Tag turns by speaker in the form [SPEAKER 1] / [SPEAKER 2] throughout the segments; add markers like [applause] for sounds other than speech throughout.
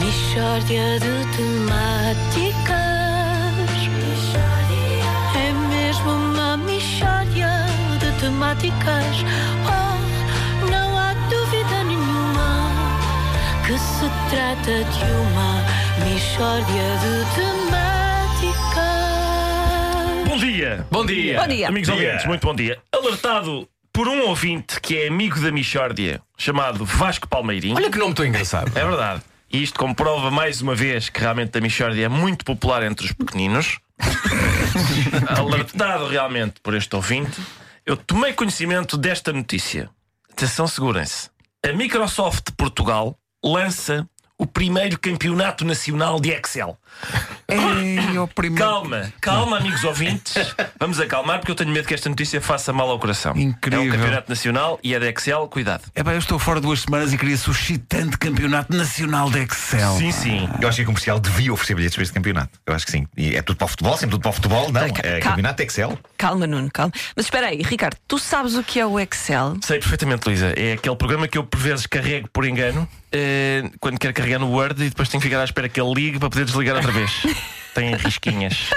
[SPEAKER 1] Mistória de temáticas. É mesmo uma mistória de temáticas. Oh, não há dúvida nenhuma que se trata de uma mistória de temáticas.
[SPEAKER 2] Bom dia!
[SPEAKER 3] Bom dia.
[SPEAKER 4] Bom dia.
[SPEAKER 2] Amigos
[SPEAKER 3] Dia.
[SPEAKER 2] ouvintes, muito bom dia. Alertado por um ouvinte que é amigo da Michórdia, chamado Vasco Palmeirinho.
[SPEAKER 3] Olha que nome tão engraçado.
[SPEAKER 2] É verdade. E isto comprova mais uma vez que realmente a Michórdia é muito popular entre os
[SPEAKER 3] [laughs]
[SPEAKER 2] pequeninos. Alertado realmente por este ouvinte, eu tomei conhecimento desta notícia. Atenção, segurem-se. A Microsoft de Portugal lança o primeiro campeonato nacional de Excel.
[SPEAKER 3] Ei, É o primeiro.
[SPEAKER 2] Calma, calma, amigos ouvintes. Vamos acalmar, porque eu tenho medo que esta notícia faça mal ao coração.
[SPEAKER 3] Incrível.
[SPEAKER 2] É um campeonato nacional e é da Excel, cuidado.
[SPEAKER 3] É bem, eu estou fora duas semanas e queria suscitante campeonato nacional de Excel.
[SPEAKER 2] Sim, sim.
[SPEAKER 5] Eu acho que o comercial devia oferecer bilhetes para este campeonato. Eu acho que sim. E é tudo para o futebol, sempre tudo para o futebol, não.
[SPEAKER 4] Ca-
[SPEAKER 5] É
[SPEAKER 4] ca-
[SPEAKER 5] campeonato Excel.
[SPEAKER 4] Calma, Nuno, calma. Mas espera aí, Ricardo, tu sabes o que é o Excel?
[SPEAKER 2] Sei perfeitamente, Luísa. É aquele programa que eu por vezes carrego por engano eh, quando quero carregar no Word e depois tenho que ficar à espera que ele ligue para poder desligar outra vez. Tem risquinhas.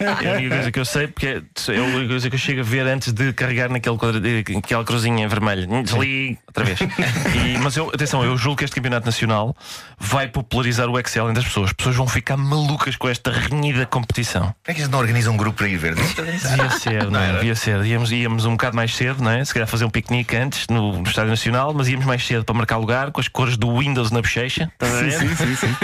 [SPEAKER 2] É, é a única coisa que eu sei, porque é é a única coisa que eu chego a ver antes de carregar naquele quadra, eh, aquela cruzinha vermelha. Desligue outra vez. E- mas eu, atenção, eu julgo que este campeonato nacional vai popularizar o Excel entre as pessoas. As pessoas vão ficar malucas com esta renhida competição.
[SPEAKER 5] Como é que eles não organizam um grupo para ir ver?
[SPEAKER 2] Devia ser, não, é?
[SPEAKER 5] era?
[SPEAKER 2] Devia ser. Íamos, íamos um bocado mais cedo, não é? Se calhar fazer um piquenique antes no, no Estádio Nacional, mas íamos mais cedo para marcar lugar com as cores do Windows na bochecha. Estás a ver?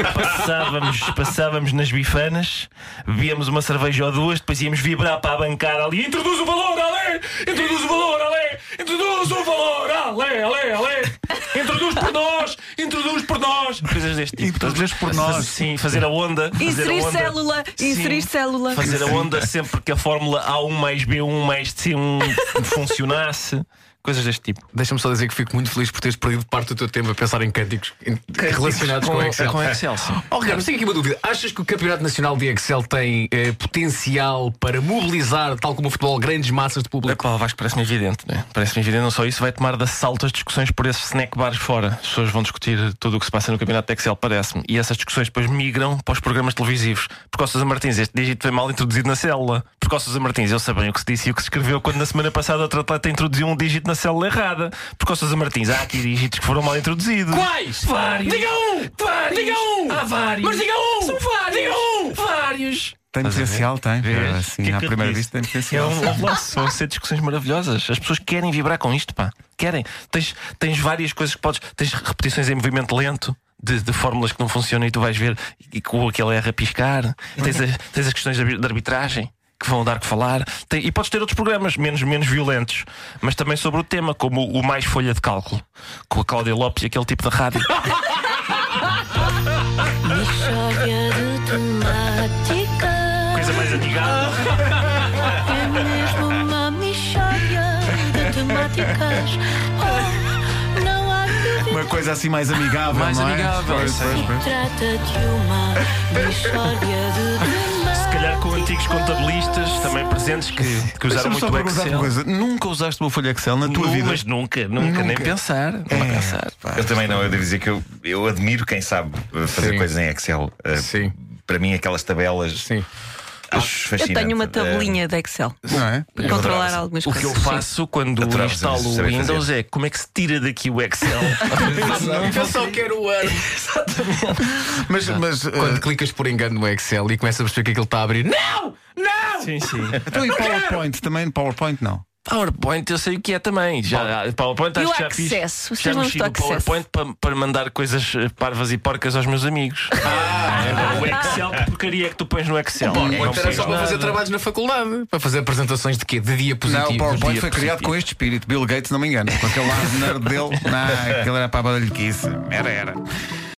[SPEAKER 2] Passávamos, passávamos nas bifanas, bebíamos uma cerveja ou duas, depois íamos vibrar para a bancada ali. Introduz o valor, Ale! Introduz o valor, Ale! Introduz o valor, Ale, Ale, Ale! Introduz por nós! Introduz por nós! Coisas deste tipo.
[SPEAKER 3] Introduz por nós.
[SPEAKER 2] Sim, fazer a onda. fazer a
[SPEAKER 4] Inserir
[SPEAKER 2] onda.
[SPEAKER 4] célula,
[SPEAKER 2] Sim.
[SPEAKER 4] inserir célula.
[SPEAKER 2] Fazer a onda sempre que a fórmula A1 mais B1 mais C1 funcionasse. Coisas deste tipo.
[SPEAKER 6] Deixa-me só dizer que fico muito feliz por teres perdido parte do teu tempo a pensar em cânticos em- relacionados com, Excel.
[SPEAKER 2] Com Excel, sim.
[SPEAKER 6] Oh, Ricardo, mas tenho aqui uma dúvida. Achas que o Campeonato Nacional de Excel tem eh, potencial para mobilizar, tal como o futebol, grandes massas de público?
[SPEAKER 2] Epá, o Vasco parece-me evidente, né? Parece-me evidente, não só isso, vai tomar de assalto as discussões por esses snack bars fora. As pessoas vão discutir tudo o que se passa no campeonato de Excel, parece-me. E essas discussões depois migram para os programas televisivos. Por Costas a Martins, este dígito foi mal introduzido na célula. Por Costas a Martins, eu sei bem o que se disse e o que se escreveu quando na semana passada outro atleta introduziu um dígito na célula errada. Por Costas a Martins, há aqui dígitos que foram mal introduzidos.
[SPEAKER 6] Quais?
[SPEAKER 2] Vários.
[SPEAKER 6] Diga um!
[SPEAKER 2] Vários.
[SPEAKER 6] Diga um!
[SPEAKER 2] Há vários.
[SPEAKER 6] Mas diga um!
[SPEAKER 2] São vários.
[SPEAKER 6] Diga um!
[SPEAKER 2] Vários.
[SPEAKER 3] Tem
[SPEAKER 2] Estás a ver?
[SPEAKER 3] potencial, tem.
[SPEAKER 2] Vês?
[SPEAKER 3] Assim,
[SPEAKER 2] O que é
[SPEAKER 3] à
[SPEAKER 2] que eu
[SPEAKER 3] primeira
[SPEAKER 2] disse?
[SPEAKER 3] vista tem
[SPEAKER 2] É
[SPEAKER 3] potencial.
[SPEAKER 2] um lance. Vão ser discussões maravilhosas. As pessoas querem vibrar com isto, pá. Querem. Tens, tens várias coisas que podes. Tens repetições em movimento lento. De, de fórmulas que não funcionam e tu vais ver e com aquele R a
[SPEAKER 3] Uhum.
[SPEAKER 2] piscar. Tens, as- tens as questões de arbi- de arbitragem que vão dar que falar. Tem- e podes ter outros programas menos, menos violentos, mas também sobre o tema, como o Mais Folha de Cálculo, com a Cláudia Lopes e aquele tipo de rádio.
[SPEAKER 1] Mistória de temáticas.
[SPEAKER 2] Coisa mais antigada.
[SPEAKER 1] É mesmo uma mistória de temáticas. Oh, não há dúvida
[SPEAKER 3] Uma coisa assim mais amigável.
[SPEAKER 6] Mais
[SPEAKER 3] não é?
[SPEAKER 6] amigável,
[SPEAKER 3] Pois,
[SPEAKER 6] sim.
[SPEAKER 3] pois,
[SPEAKER 1] que
[SPEAKER 3] pois.
[SPEAKER 1] se trata de uma mistória de temáticas.
[SPEAKER 2] Se calhar com antigos contabilistas também presentes que, que usaram
[SPEAKER 3] Deixa-me
[SPEAKER 2] muito
[SPEAKER 3] só
[SPEAKER 2] o
[SPEAKER 3] perguntar uma
[SPEAKER 2] Excel.
[SPEAKER 3] coisa. Nunca usaste uma folha Excel na tua
[SPEAKER 2] Nu,
[SPEAKER 3] vida?
[SPEAKER 2] Mas nunca, nunca, nem pensar. Não é. pensar.
[SPEAKER 5] Eu também não, eu devo dizer que eu, eu admiro quem sabe uh, fazer
[SPEAKER 6] Sim.
[SPEAKER 5] coisas em Excel. Uh,
[SPEAKER 6] Sim.
[SPEAKER 5] Para mim, aquelas tabelas.
[SPEAKER 6] Sim.
[SPEAKER 5] Acho
[SPEAKER 4] Eu
[SPEAKER 5] fascinante.
[SPEAKER 4] tenho uma
[SPEAKER 5] Uh,
[SPEAKER 4] tabelinha de Excel
[SPEAKER 3] Não é?
[SPEAKER 4] para controlar
[SPEAKER 5] adorava.
[SPEAKER 4] algumas
[SPEAKER 2] é O
[SPEAKER 4] coisas.
[SPEAKER 2] que eu
[SPEAKER 4] sim.
[SPEAKER 2] faço quando
[SPEAKER 5] Adorava
[SPEAKER 2] instalo o
[SPEAKER 5] saber
[SPEAKER 2] Windows
[SPEAKER 5] fazer.
[SPEAKER 2] é como é que se tira daqui o Excel.
[SPEAKER 6] Eu só quero o ano.
[SPEAKER 3] Mas, mas, uh,
[SPEAKER 6] Quando clicas por engano no Excel e começas a perceber que aquilo está a abrir. Não!
[SPEAKER 2] [laughs]
[SPEAKER 6] Não!
[SPEAKER 2] sim, sim.
[SPEAKER 3] então e PowerPoint também? PowerPoint não.
[SPEAKER 2] PowerPoint eu sei o que é também. Já, PowerPoint
[SPEAKER 4] E
[SPEAKER 2] acho
[SPEAKER 4] o
[SPEAKER 2] que já fiz.
[SPEAKER 4] Access? Vocês
[SPEAKER 2] Já
[SPEAKER 4] não
[SPEAKER 2] mexi
[SPEAKER 4] estão
[SPEAKER 2] no
[SPEAKER 4] Access?
[SPEAKER 2] PowerPoint para, para mandar coisas eh, parvas e porcas aos meus amigos. Ah, é o Excel, que porcaria é que tu pões no Excel. Não
[SPEAKER 6] Era só
[SPEAKER 2] pões
[SPEAKER 6] para fazer
[SPEAKER 2] nada.
[SPEAKER 6] trabalhos na faculdade. Para fazer apresentações de quê? De diapositivas.
[SPEAKER 3] Não, o PowerPoint
[SPEAKER 6] Dia
[SPEAKER 3] foi criado com este
[SPEAKER 2] [laughs]
[SPEAKER 3] espírito. Bill Gates, não me engano. Com aquele ar nerd dele. Não, aquele era para a badalhoquice. Era, era.